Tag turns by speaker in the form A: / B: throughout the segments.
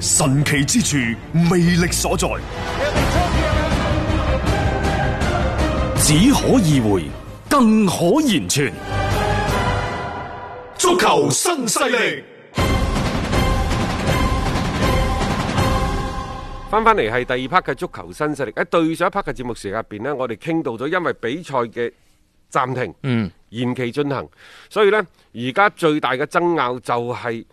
A: 神奇之處，魅力所在，
B: 只可意會，更可言傳。
A: 足球新勢力。
C: 翻翻嚟係第二 part 嘅足球新勢力。喺對上一 part 嘅節目時間入邊呢，我哋傾到咗因為比賽嘅暫停、嗯、延期進行，所以呢，而家最大嘅爭拗就係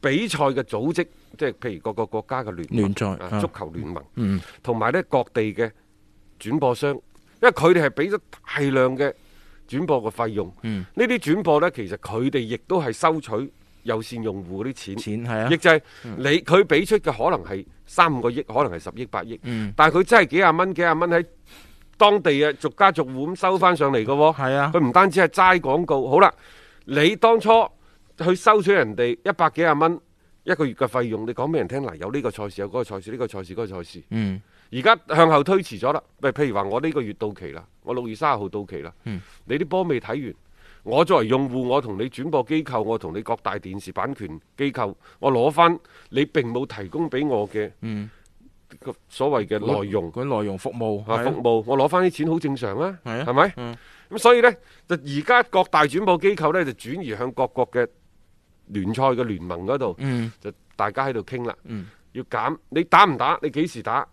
C: 比賽嘅組織，即係譬如各個國家嘅聯
D: 聯賽
C: 啊
D: 啊
C: 足球聯盟，同埋呢各地嘅轉播商，因為佢哋係俾咗大量嘅轉播嘅費用。
D: 嗯
C: 呢啲轉播呢，其實佢哋亦都係收取有線用戶嗰啲錢。
D: 錢係啊
C: 亦就係你佢俾出嘅可能係三五個億，可能係十億、八億，
D: 嗯
C: 但係佢真係幾廿蚊、幾廿蚊喺當地啊，逐家逐戶咁收翻上嚟嘅喎。
D: 係啊
C: 佢唔單止係齋廣告。好啦，你當初去收取人哋一百幾廿蚊一個月嘅費用，你講俾人聽嗱，有呢個賽事，有嗰個賽事，呢、個賽事，嗰、個賽事。
D: 嗯，
C: 而家向後推遲咗啦。喂，譬如話我呢個月到期啦，我六月三十號到期啦。
D: 嗯
C: 你啲波未睇完，我作為用戶，我同你轉播機構，我同你各大電視版權機構，我攞翻你並冇提供俾我嘅，個所謂嘅內容
D: 嗯嗰啲內容服務
C: 啊
D: 係
C: 服
D: 啊
C: 務，我攞翻啲錢好正常啊，
D: 係啊
C: 係咪？咁所以呢，就而家各大轉播機構呢，就轉移向各國嘅聯賽嘅聯盟嗰度，就大家喺度傾啦。要減，你打唔打？你幾時打？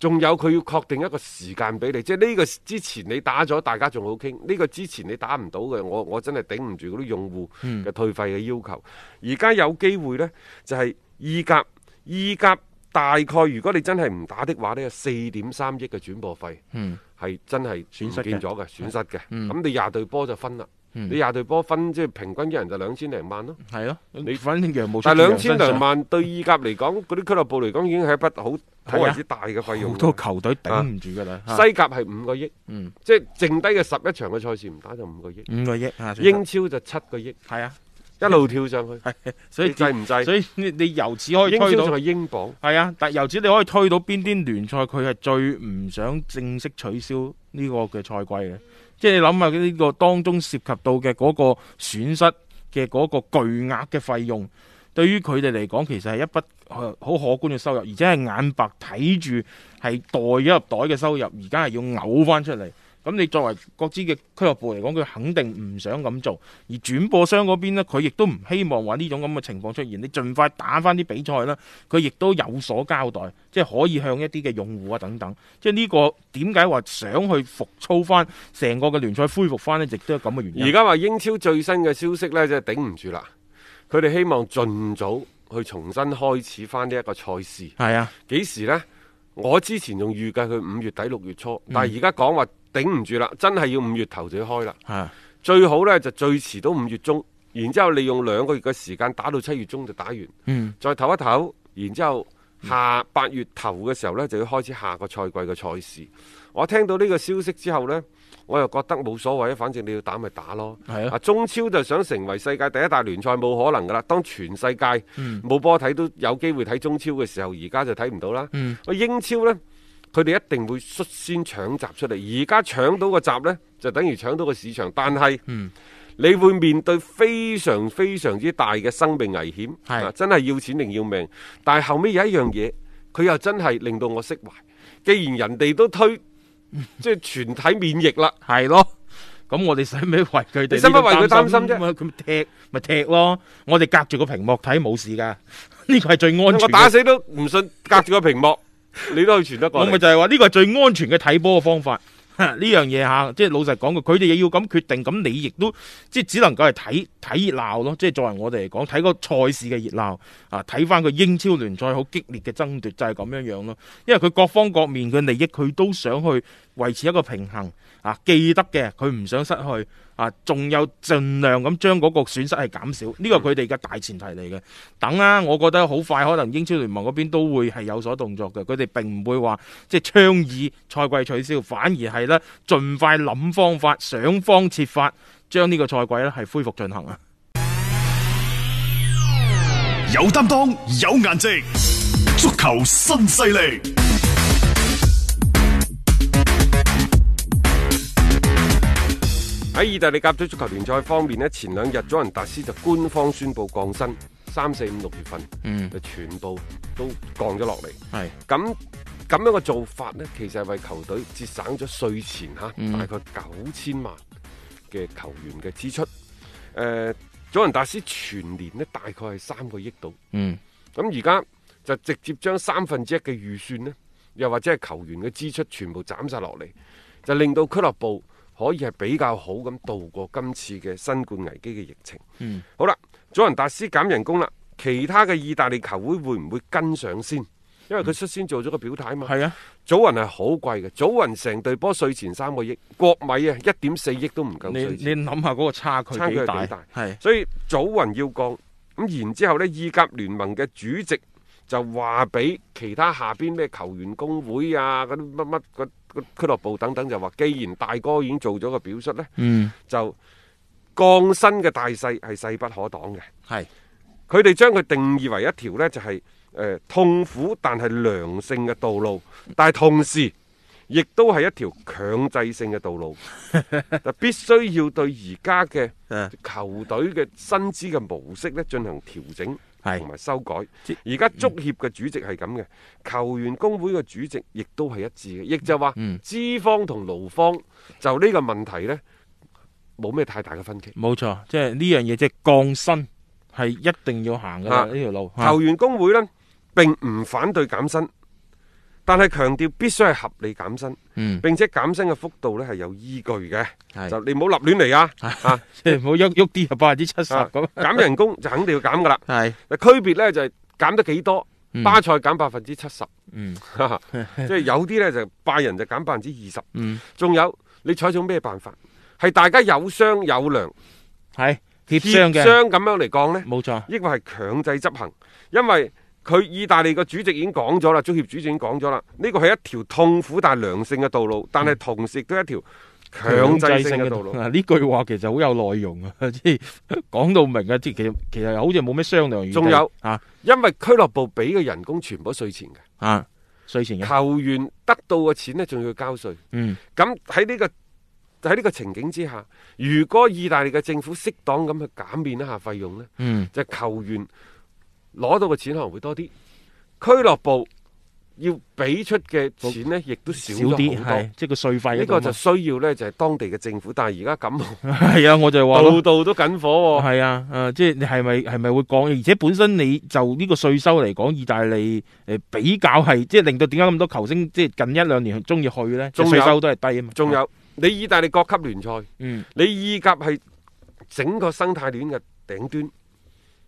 C: 仲有佢要確定一個時間俾你，即係呢個之前你打咗，大家仲好傾；呢、個之前你打唔到嘅，我我真係頂唔住嗰啲用戶嘅退費嘅要求。而家、有機會呢，就係、意甲，意甲大概如果你真係唔打的話呢有四點三億嘅轉播費，係、真係唔
D: 失嘅
C: 見咗嘅損失嘅。咁、你廿隊波就分啦，你廿隊波分即係平均一人就兩千零萬咯。
D: 係咯，
C: 你
D: 你反正羊毛出啊
C: 但係
D: 自
C: 兩
D: 羊
C: 千
D: 身
C: 零
D: 上，
C: 萬對意甲嚟講，嗰啲俱樂部嚟講已經係一筆好
D: 係啊
C: 頗為之大嘅費用
D: 好
C: 啦。啊
D: 多球隊頂唔住㗎啦，嚇
C: 西甲係五個億，
D: 嗯
C: 即係剩低嘅十一場嘅賽事唔打就五個億，
D: 五個億啊，最
C: 英超就七個億，
D: 係啊，
C: 一路跳上去，
D: 所以
C: 你制唔制？
D: 所以你你由此可以
C: 英超
D: 推
C: 仲
D: 到
C: 係。英鎊，
D: 係啊，但由此你可以推到邊啲聯賽佢係最唔想正式取消呢個嘅賽季嘅，即係你諗下呢個當中涉及到嘅嗰個損失嘅嗰個巨額嘅費用，對於佢哋嚟講其實係一筆呃好可觀嘅收入，而且係眼白睇住係袋咗入袋嘅收入，而家係要嘔翻出嚟。咁你作為各支嘅俱樂部嚟講，佢肯定唔想咁做，而轉播商嗰邊呢，佢亦都唔希望話呢種咁嘅情況出現。你盡快打翻啲比賽啦，佢亦都有所交代，即係可以向一啲嘅用戶啊等等。即係呢個點解話想去復操翻成個嘅聯賽恢復翻呢？亦都係咁嘅原
C: 而
D: 因。
C: 家話英超最新嘅消息呢，就係頂唔住啦。佢哋希望盡早去重新開始翻呢一個賽事，
D: 係啊，
C: 幾時呢？我之前仲預計佢五月底六月初，但係而家講話頂唔住啦，真係要五月頭就要開啦。
D: 係啊
C: 最好呢就最遲到五月中，然之後利用兩個月嘅時間打到七月中就打完，
D: 嗯
C: 再唞一唞，然之後下八月頭嘅時候呢，就要開始下個賽季嘅賽事。我聽到呢個消息之後呢，我又覺得冇所謂，反正你要打咪打咯。
D: 係啊
C: 中超就想成為世界第一大聯賽冇可能噶啦。當全世界
D: 嗯
C: 冇波睇都有機會睇中超嘅時候，而家就睇唔到啦。
D: 嗯
C: 喂英超呢，佢哋一定會率先搶閘出嚟。而家搶到個閘呢，就等於搶到個市場，但係。
D: 嗯
C: 你會面對非常非常之大嘅生命危險，
D: 係
C: 啊真係要錢定要命。但係後尾有一樣嘢，佢又真係令到我釋懷。既然人哋都推，
D: 嗯
C: 即係全體免疫啦，
D: 係咯。咁我哋使唔使為佢哋？
C: 你使唔使為佢擔心啫
D: 咁啊佢咪踢咪踢咯，我哋隔住個屏幕睇冇事㗎，呢個係最安全
C: 我
D: 嘅。
C: 打死都唔信隔住個屏幕，你都可以傳得
D: 我
C: 過
D: 咪
C: 嚟。
D: 就係話呢個係最安全嘅睇波嘅 方法。呢樣嘢吓，即係老實講，佢哋亦要咁決定，咁你亦都即係只能夠係睇睇熱鬧咯。即係作為我哋嚟講，睇個賽事嘅熱鬧啊，睇翻個英超聯賽好激烈嘅爭奪就係咁樣樣咯。因為佢各方各面嘅利益，佢都想去維持一個平衡啊，記得嘅佢唔想失去啊，仲有盡量咁將嗰個損失係減少，呢個佢哋嘅大前提嚟嘅。等啦、我覺得好快可能英超聯盟嗰邊都會係有所動作嘅，佢哋並唔會話即係倡議賽季取消，反而係咧盡快諗方法、想方設法將呢個賽季咧係恢復進行啊！
A: 有擔當，有顏值，足球新勢力。
C: 喺意大利甲組足球聯賽方面呢，前兩日佐仁達斯就官方宣布降薪，三四五六月份，
D: 嗯
C: 就全部都降咗落嚟。
D: 係
C: 咁咁樣嘅做法呢，其實係為球隊節省咗税前嚇、
D: 嗯
C: 大概九千萬嘅球員嘅支出。誒、佐仁達斯全年呢，大概係三個億度。
D: 嗯
C: 咁而家就直接將三分之一嘅預算呢，又或者係球員嘅支出全部斬晒落嚟，就令到俱樂部可以係比較好咁度過今次嘅新冠危機嘅疫情。嗯，好啦，佐仁達斯減人工啦，其他嘅意大利球會會唔會跟上先？因為佢率先做咗個表態嘛。
D: 嗯係啊，
C: 祖雲係好貴嘅，祖雲成隊波税前三個億，國米啊一點四億都唔夠
D: 你
C: 税前
D: 你。諗下嗰個差距
C: 差距
D: 幾
C: 係
D: 大
C: 幾大？
D: 係
C: 所以祖雲要降，咁然之後呢，意甲聯盟嘅主席就話俾其他下邊咩球員工會啊，嗰啲乜乜嗰嗰俱樂部等等，就話既然大哥已經做咗個表率呢，
D: 嗯
C: 就降薪嘅大勢係勢不可擋嘅。
D: 係
C: 佢哋將佢定義為一條呢，就係、呃痛苦但係良性嘅道路，但係同時亦都係一條強制性嘅道路，就必須要對而家嘅
D: 嗯
C: 球隊嘅薪資嘅模式呢進行調整。
D: 係
C: 同埋修改，
D: 即
C: 而家足協嘅主席係咁嘅，球員工會嘅主席亦都係一致嘅，亦就話
D: 嗯
C: 資方同勞方就呢個問題呢，冇咩太大嘅分歧。
D: 冇錯，即係呢樣嘢即係降薪係一定要行㗎啦
C: 啊
D: 呢條路。啊
C: 球員工會呢並唔反對減薪，但係強調必須係合理減薪，
D: 嗯
C: 並且減薪嘅幅度呢係有依據嘅。
D: 係
C: 就你唔好立亂嚟啊！啊
D: 即係唔好喐喐啲啊，百分之 七十
C: 啊
D: 咁
C: 減人工就肯定要減噶啦。
D: 係
C: 嗱，區別呢就係減得幾多？
D: 嗯
C: 巴塞減百分之七十，
D: 嗯
C: 即係有啲呢就拜仁就減百分之二十。
D: 嗯
C: 仲有你採用咩辦法？係大家有商有量
D: 係協商
C: 協
D: 嘅，
C: 商咁樣嚟講呢。
D: 冇錯。
C: 抑或係強制執行，因為佢意大利個主席已經講咗啦，足協主席已經講咗啦，呢個係一條痛苦但係良性嘅道路，但係同時亦都係一條強制性嘅道路。
D: 啊呢句話其實好有內容啊， 即係講到明啊，即係其實其實好似冇咩商量餘地
C: 仲有
D: 啊
C: 因為俱樂部俾嘅人工全部都稅前嘅，
D: 啊，税前嘅，
C: 球員得到嘅錢呢，仲要交稅。
D: 嗯
C: 咁喺呢個喺呢個情景之下，如果意大利嘅政府適當咁去減免一下費用呢，
D: 嗯
C: 就球員攞到嘅錢可能會多啲，俱樂部要俾出嘅錢呢，亦都少
D: 少
C: 咗好
D: 啲
C: 多
D: 係。即係個税費
C: 呢個就
D: 係
C: 需要呢，就係、當地嘅政府，但係而家咁
D: 係啊，我就話
C: 度
D: 咯。
C: 度都緊火喎、
D: 係啊，誒、即係你係咪係咪會降？而且本身你就呢個税收嚟講，意大利誒、比較係即係令到點解咁多球星即係近一兩年中意去咧？即係
C: 仲有
D: 税收都係低啊嘛。
C: 仲有你意大利各級聯賽，
D: 嗯
C: 你意甲係整個生態鏈嘅頂端，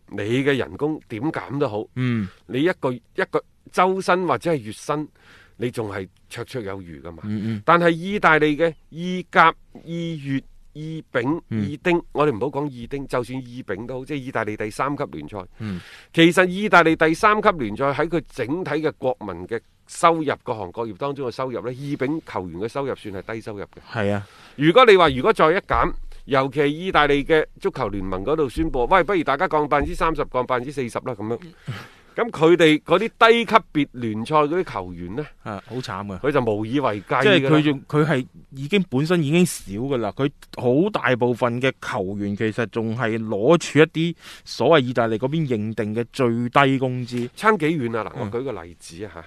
C: 你嘅人工點減都好，
D: 嗯
C: 你一個一個周薪或者係月薪，你仲係綽綽有餘噶嘛。
D: 嗯
C: 但係意大利嘅意甲、意乙、意丙、
D: 嗯
C: 意丁，我哋唔好講意丁，就算意丙都好，即係意大利第三級聯賽。
D: 嗯
C: 其實意大利第三級聯賽喺佢整體嘅國民嘅收入各行各業當中嘅收入呢，意丙球員嘅收入算係低收入嘅。
D: 嗯，係啊，
C: 如果你話如果再一減，尤其係意大利嘅足球聯盟嗰度宣布，喂，不如大家降百分之三十，降百分之四十啦咁樣。
D: 嗯
C: 咁佢哋嗰啲低級別聯賽嗰啲球員呢，
D: 啊好慘啊！
C: 佢就無以為繼
D: 即係
C: 㗎啦
D: 佢仲佢係已經本身已經少噶啦，佢好大部分嘅球員其實仲係攞住一啲所謂意大利嗰邊認定嘅最低工資，
C: 差幾遠啊！
D: 嗯
C: 嗱，我舉個例子啊嚇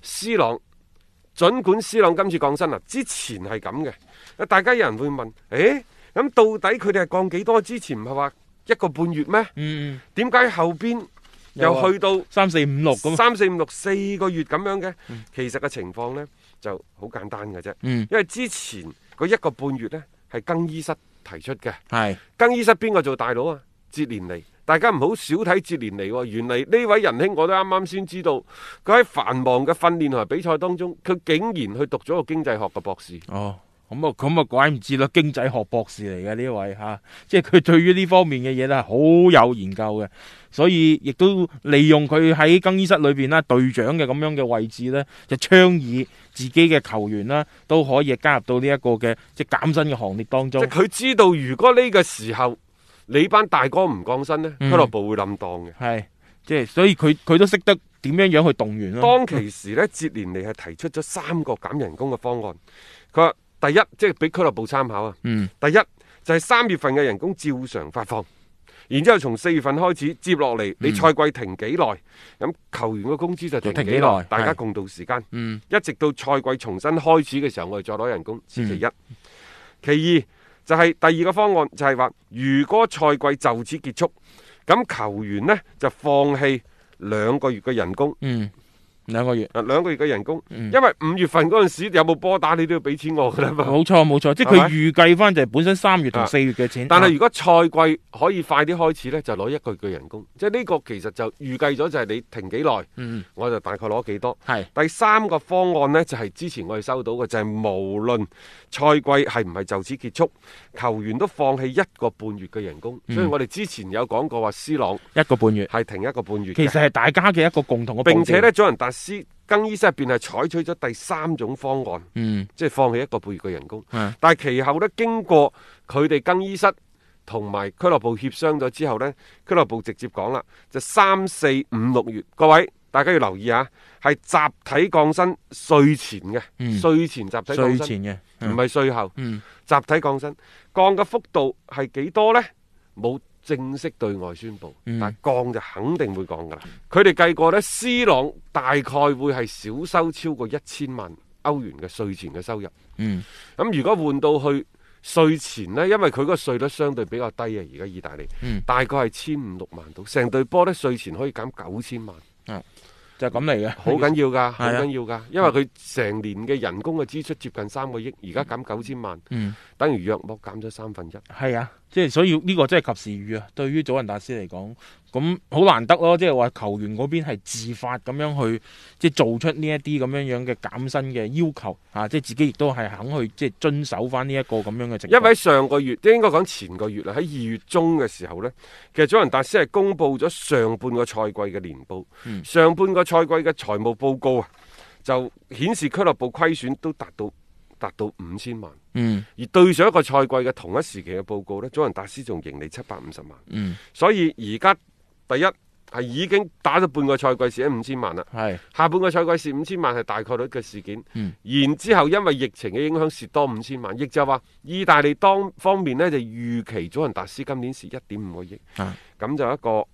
C: ，C 朗，儘管 C 朗今次降薪啦，啊之前係咁嘅，大家有人會問，誒咁到底佢哋係降幾多？之前唔係話一個半月咩？
D: 嗯
C: 點解後邊又
D: 又話
C: 去到
D: 三四五六咁啊，
C: 三四五六四個月咁樣嘅，其實嘅情況呢就好簡單嘅啫，
D: 嗯
C: 因為之前嗰一個半月呢係更衣室提出嘅，
D: 系
C: 更衣室邊個做大佬啊？哲連尼，大家唔好少睇哲連尼喎、原嚟呢位仁兄我都啱啱先知道，佢喺繁忙嘅訓練同埋比賽當中，佢竟然去讀咗個經濟學嘅博士。
D: 哦。咁啊，咁啊，怪唔知啦，經濟學博士嚟嘅呢位嚇、啊 即係佢對於呢方面嘅嘢咧係好有研究嘅，所以亦都利用佢喺更衣室裏邊啦，隊長嘅咁樣嘅位置咧，就倡議自己嘅球員啦都可以加入到呢一個嘅即係減薪嘅行列當
C: 即
D: 中
C: 係。佢知道，如果呢個時候你班大哥唔降薪呢，俱
D: 嗯
C: 樂部會冧檔嘅。
D: 系，即系所以佢佢都識得點樣樣去動員咯。
C: 當其時呢，哲連尼係提出咗三個減人工嘅方案。佢話第一，即係俾俱樂部參考啊。
D: 嗯
C: 第一就係三月份嘅人工照常發放，然之後從四月份開始接落嚟，你賽季停幾耐，咁、球員嘅工資就停
D: 就停
C: 幾
D: 幾
C: 耐
D: 耐，
C: 大家
D: 係
C: 共度時間，
D: 嗯
C: 一直到賽季重新開始嘅時候，我哋再攞人工，此其一。其二就係、第二個方案就係話，如果賽季就此結束，咁球員呢就放棄兩個月嘅人工。
D: 嗯，两个月，
C: 啊，兩個月嘅人工，
D: 嗯
C: 因為五月份嗰陣時有冇波打，你都要俾錢我噶啦嘛。
D: 冇錯冇錯，即係
C: 係咪
D: 佢預計翻就係本身三月
C: 啊
D: 同四月嘅錢。
C: 但係
D: 啊
C: 如果賽季可以快啲開始呢，就攞一個月嘅人工，即係呢個其實就預計咗就係你停幾耐，
D: 嗯
C: 我就大概攞幾多。
D: 係
C: 第三個方案呢，就係、之前我哋收到嘅，就係、無論賽季係唔係就此結束，球員都放棄一個半月嘅人
D: 嗯
C: 工。所以我哋之前有講過話，C 朗
D: 一個半月，
C: 係停一個半月嘅。
D: 其實係大家嘅一個共同嘅步調。
C: 並且呢，祖仁達斯更衣室入邊係採取咗第三種方案。
D: 嗯，
C: 即係放棄一個半月嘅人工
D: 嗯。
C: 但係其後呢，經過佢哋更衣室同埋俱樂部協商咗之後呢，俱樂部直接講啦，就三四五六月，各位大家要留意啊，係集體降薪税前嘅，
D: 嗯
C: 税前集體
D: 税
C: 降薪，
D: 前嘅，
C: 唔
D: 嗯
C: 係税後，
D: 嗯
C: 集體降薪，降嘅幅度係幾多呢？冇。正式對外宣布，
D: 嗯
C: 但係降就肯定會降㗎啦。佢哋計過呢 c 朗大概會係少收超過一千萬歐元嘅税前嘅收入。
D: 嗯
C: 咁如果換到去税前呢，因為佢個税率相對比較低啊，而家意大利、
D: 嗯
C: 大概係千五六萬到，成隊波呢，税前可以減九千萬，
D: 就係咁嚟嘅。
C: 好緊要㗎，好
D: 係啊
C: 緊要㗎，嗯因為佢成年嘅人工嘅支出接近三個億，而家減九千萬，
D: 嗯
C: 等於約莫減咗三分一。
D: 係啊，即係所以呢個真係及時雨啊！對於祖雲達斯嚟講，咁好難得咯，即係話球員嗰邊係自發咁樣去即係做出呢一啲咁樣樣嘅減薪嘅要求啊，即係自己亦都係肯去即係遵守翻呢一個咁樣嘅情況。
C: 因為喺上個月，即係應該講前個月啦，喺二月中嘅時候呢，其實祖雲達斯係公布咗上半個賽季嘅年報，
D: 嗯
C: 上半個賽季嘅財務報告啊，就顯示俱樂部虧損都達到達到五千萬。
D: 嗯
C: 而對上一個賽季嘅同一時期嘅報告呢，祖雲達斯仲盈利七百五十萬，
D: 嗯
C: 所以而家第一係已經打咗半個賽季蝕咗五千萬啦，
D: 係
C: 下半個賽季蝕五千萬係大概率嘅事件，
D: 嗯
C: 然之後因為疫情嘅影響蝕多五千萬，亦就話意大利當方面呢，就預期祖雲達斯今年蝕一點五個億，咁、
D: 啊
C: 就一個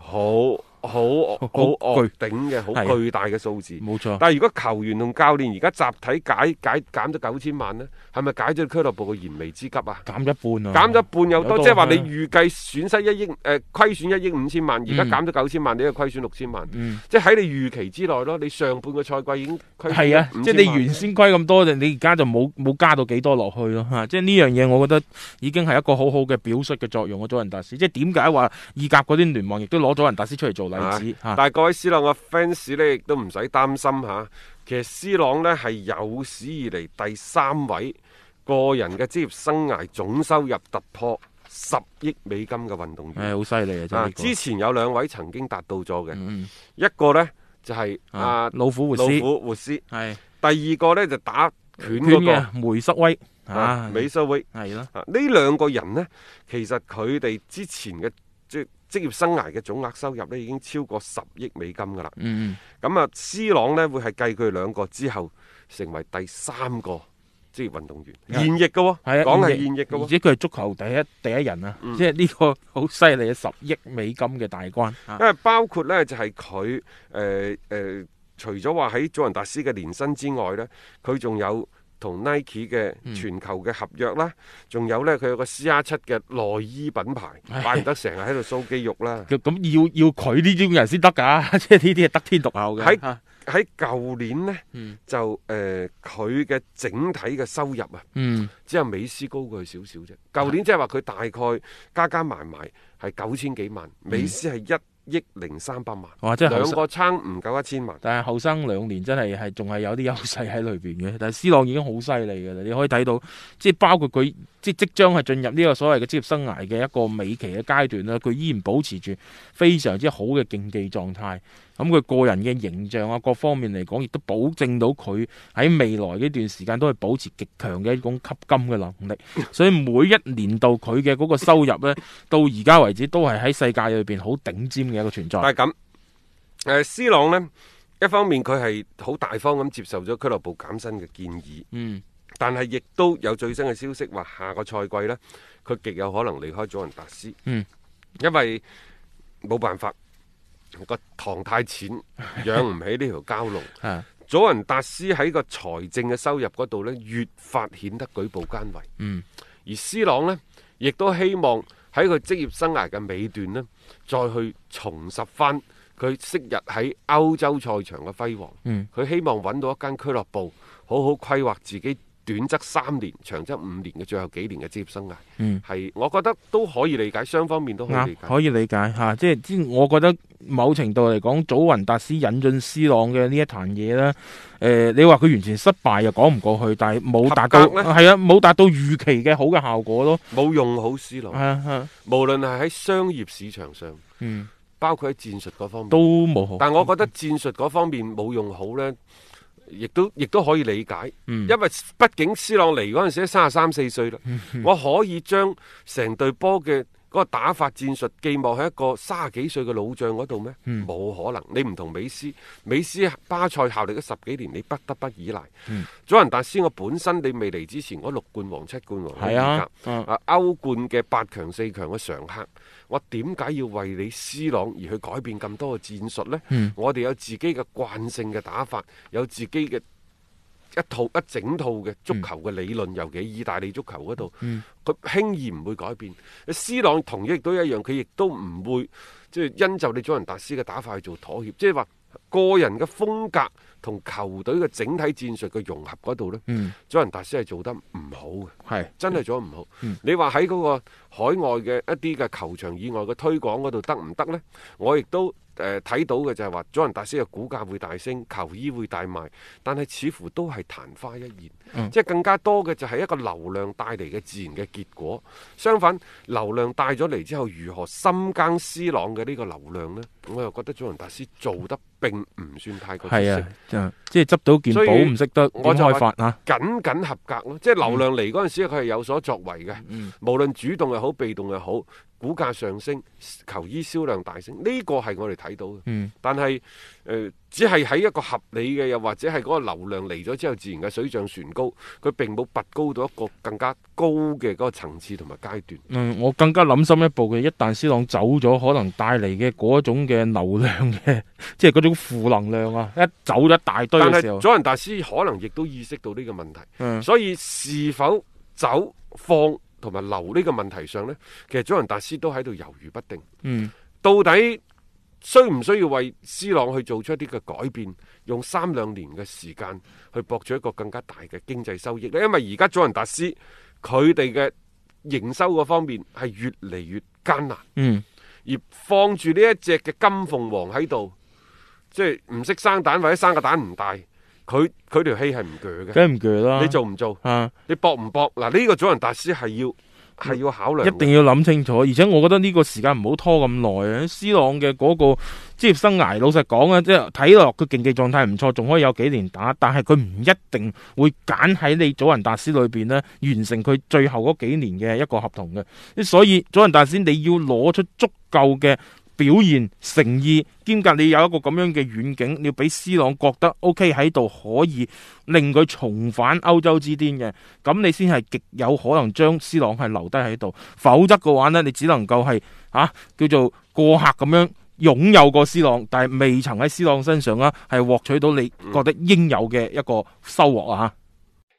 C: 好好好
D: 好
C: 惡
D: 巨
C: 頂嘅好
D: 係
C: 巨大嘅數字。
D: 冇錯。
C: 但係如果球員同教練而家集體解解減咗九千萬呢，係咪解咗俱樂部嘅燃眉之急啊？
D: 減一半啊！
C: 減咗半有
D: 有
C: 多，
D: 多
C: 即係話你
D: 係啊
C: 預計損失一億，誒、虧損一億五千萬，而家減咗九千萬，你就虧損六千萬，
D: 嗯
C: 即係喺你預期之內咯。你上半個賽季已經虧
D: 係啊，
C: 損
D: 即係
C: 5000
D: 你
C: 萬
D: 原先虧咁多，你而家就冇冇加到幾多落去咯嚇。即係呢樣嘢，我覺得已經係一個好好嘅表述嘅作用嘅啊祖雲達斯。即係點解話意甲嗰啲聯盟亦都攞咗雲達斯出嚟做例子嚇？
C: 啊但係各位斯朗嘅 fans 呢，亦都唔使擔心嚇。其實斯朗呢係有史以嚟第三位個人嘅職業生涯總收入突破十億美金嘅運動員。
D: 唉，好犀利啊！真係
C: 啊
D: 呢，個
C: 之前有兩位曾經達到咗嘅，
D: 嗯
C: 一個呢就係
D: 嗯
C: 阿
D: 啊，老虎活
C: 老
D: 屍
C: 虎活斯，第
D: 係
C: 二個呢就打拳
D: 圈
C: 嗰個
D: 嘅梅塞威
C: 啊
D: 啊，
C: 美蘇威。
D: 係啦，
C: 啊呢兩個人呢，其實佢哋之前嘅即係職業生涯嘅總額收入呢已經超過十億美金㗎啦。
D: 嗯
C: 咁啊，C 朗呢會係繼佢哋兩個之後成為第三個職業運動員，
D: 係
C: 現役嘅喎，
D: 係啊
C: 講係
D: 現役
C: 現役嘅
D: 嗯，而
C: 喎。嗯
D: 且佢係足球第一第一人啊，即係呢個好犀利嘅啊十億美金嘅大關啊
C: 因，為包括呢，就係佢呃誒誒，除咗話喺祖雲達斯嘅年薪之外呢，佢仲有同 Nike 嘅
D: 嗯
C: 全球嘅合約啦，仲、有呢，佢有個 CR 七嘅內衣品牌，怪唔得成日喺度 show 肌肉啦。
D: 咁咁要要佢呢啲人先得㗎， 即係呢啲係得天獨厚嘅。
C: 喺
D: 啊
C: 喺舊年呢，
D: 嗯
C: 就誒佢嘅整體嘅收入啊，
D: 嗯
C: 只有美斯高過佢少少啫。舊年即係話佢大概加加埋埋係九千幾萬，
D: 嗯
C: 美斯係一億零三百萬，
D: 哇真係後
C: 兩
D: 生
C: 個差唔夠一千萬。
D: 但係後生兩年真係係仲係有啲優勢喺裏邊嘅，但係 C 朗已經好犀利㗎啦，你可以睇到，即係包括佢即即將係進入呢個所謂嘅職業生涯嘅一個尾期嘅階段啦，佢依然保持住非常之好嘅競技狀態，咁佢個人嘅形象啊各方面嚟講，亦都保證到佢喺未來呢段時間都係保持極強嘅一種吸金嘅能力，所以每一年度佢嘅嗰個收入呢，到而家為止都係喺世界裏邊好頂尖嘅一個存在。
C: 但係咁，誒、C 朗呢，一方面佢係好大方咁接受咗俱樂部減薪嘅建議，
D: 嗯
C: 但係亦都有最新嘅消息話，下個賽季呢，佢極有可能離開祖雲達斯。
D: 嗯，
C: 因為冇辦法，個堂太淺，養唔起呢條蛟龍。
D: 啊
C: 祖雲達斯喺個財政嘅收入嗰度呢，越發顯得舉步艱為。
D: 嗯，
C: 而 C 朗呢，亦都希望喺佢職業生涯嘅尾段呢，再去重拾翻佢昔日喺歐洲賽場嘅輝煌。
D: 嗯，
C: 佢希望揾到一間俱樂部，好好規劃自己短則三年、長則五年嘅最後幾年嘅職業生涯。
D: 嗯，
C: 係我覺得都可以理解，雙方面都可以
D: 啱
C: 理解。
D: 啊可以理解吓、即係之我覺得某程度嚟講，祖雲達斯引進 C 朗嘅呢一壇嘢咧，誒、你話佢完全失敗又講唔過去，但係冇達到
C: 合格呢
D: 係啊，冇達到預期嘅好嘅效果咯，
C: 冇用好 C 朗，
D: 係啊，係啊
C: 無論係喺商業市場上，
D: 嗯，
C: 包括喺戰術嗰方面。
D: 都冇好，
C: 但我覺得戰術嗰方面冇用好呢，亦都亦都可以理解，
D: 嗯
C: 因為畢竟斯朗尼嗰陣時三十三四歲啦，
D: 嗯
C: 我可以將成隊波嘅嗰個打法戰術寄望喺一個三十幾歲嘅老將嗰度咩？
D: 嗯
C: 冇、可能，你唔同美斯，美斯巴塞效力咗十幾年，你不得不依賴。
D: 嗯
C: 祖雲達斯我本身你未嚟之前嗰六冠王、七冠王嘅
D: 係啊
C: 資格
D: 嗯
C: 啊歐冠嘅八強、四強嘅常客，我點解要為你 C 朗而去改變咁多嘅戰術呢？
D: 嗯
C: 我哋有自己嘅慣性嘅打法，有自己嘅。一套一整套嘅足球嘅理論，尤其意大利足球嗰度，佢輕易唔會改變。C 朗同樣亦都一樣，佢亦都唔會即係因就你祖雲達斯嘅打法去做妥協，即係話個人嘅風格同球隊嘅整體戰術嘅融合嗰度呢，
D: 嗯
C: 祖雲達斯係做得唔好嘅。
D: 係啊
C: 真係做得唔好。
D: 嗯
C: 你話喺嗰個海外嘅一啲嘅球場以外嘅推廣嗰度得唔得呢？我亦都誒睇、到嘅就係話，祖雲達斯嘅股價會大升，球衣會大賣，但係似乎都係曇花一現，
D: 嗯
C: 即係更加多嘅就係一個流量帶嚟嘅自然嘅結果。相反，流量帶咗嚟之後，如何深耕 C 朗嘅呢個流量呢？我又覺得祖雲達斯做得並唔算太過出
D: 係
C: 色
D: 啊。，就即係執到件
C: 所以
D: 寶唔識得點
C: 我就話
D: 開發啊，
C: 僅僅合格咯，即係流量嚟嗰陣時，佢係有所作為嘅。
D: 嗯
C: 無論主動又好，被動又好，股價上升，球衣銷量大升，呢、個係我哋睇到嘅。
D: 嗯
C: 但係誒、呃只係喺一個合理嘅，又或者係嗰個流量嚟咗之後，自然嘅水漲船高，佢並冇拔高到一個更加高嘅嗰個層次同埋階段。
D: 嗯，我更加諗深一步嘅，一旦 C 朗走咗，可能帶嚟嘅嗰種嘅流量嘅， 即係嗰種負能量啊，一走咗一大堆
C: 但
D: 嘅時候
C: 係，佐仁達斯可能亦都意識到呢個問題，
D: 嗯
C: 所以是否走放同埋留呢個問題上呢，其實佐仁達斯都喺度猶豫不定。
D: 嗯
C: 到底需唔需要為 C 朗去做出一啲嘅改變，用三兩年嘅時間去博取一個更加大嘅經濟收益呢？因為而家佐仁達斯佢哋嘅營收嗰方面係越嚟越艱難，
D: 嗯。
C: 而放住呢一隻嘅金鳳凰喺度，即係唔識生蛋或者生個蛋唔大，佢佢條氣係唔鋸嘅。
D: 梗係唔鋸啦。
C: 你做唔做？
D: 啊，
C: 你搏唔搏？嗱，呢個佐仁達斯係要係要考量
D: 一
C: 嘅，
D: 定要諗清楚，而且我覺得呢個時間唔好拖咁耐啊。C 朗嘅嗰個職業生涯，老實講啊，即係睇落佢競技狀態唔錯，仲可以有幾年打，但係佢唔一定會揀喺你祖雲達斯裏邊呢完成佢最後嗰幾年嘅一個合同嘅。所以祖雲達斯你要攞出足夠嘅。表現誠意，兼夾你有一個咁樣嘅遠景，你要俾 C 朗覺得 O.K. 喺度可以令佢重返歐洲之巔嘅，咁你先係極有可能將 C 朗係留低喺度，否則嘅話呢，你只能夠係啊叫做過客咁樣擁有過 C 朗，但係未曾喺 C 朗身上啦係獲取到你覺得應有嘅一個收穫啊！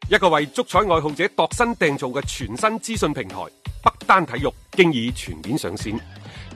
C: 一個為足彩愛好者度身訂造嘅全新資訊平台北單體育，經已全面上線。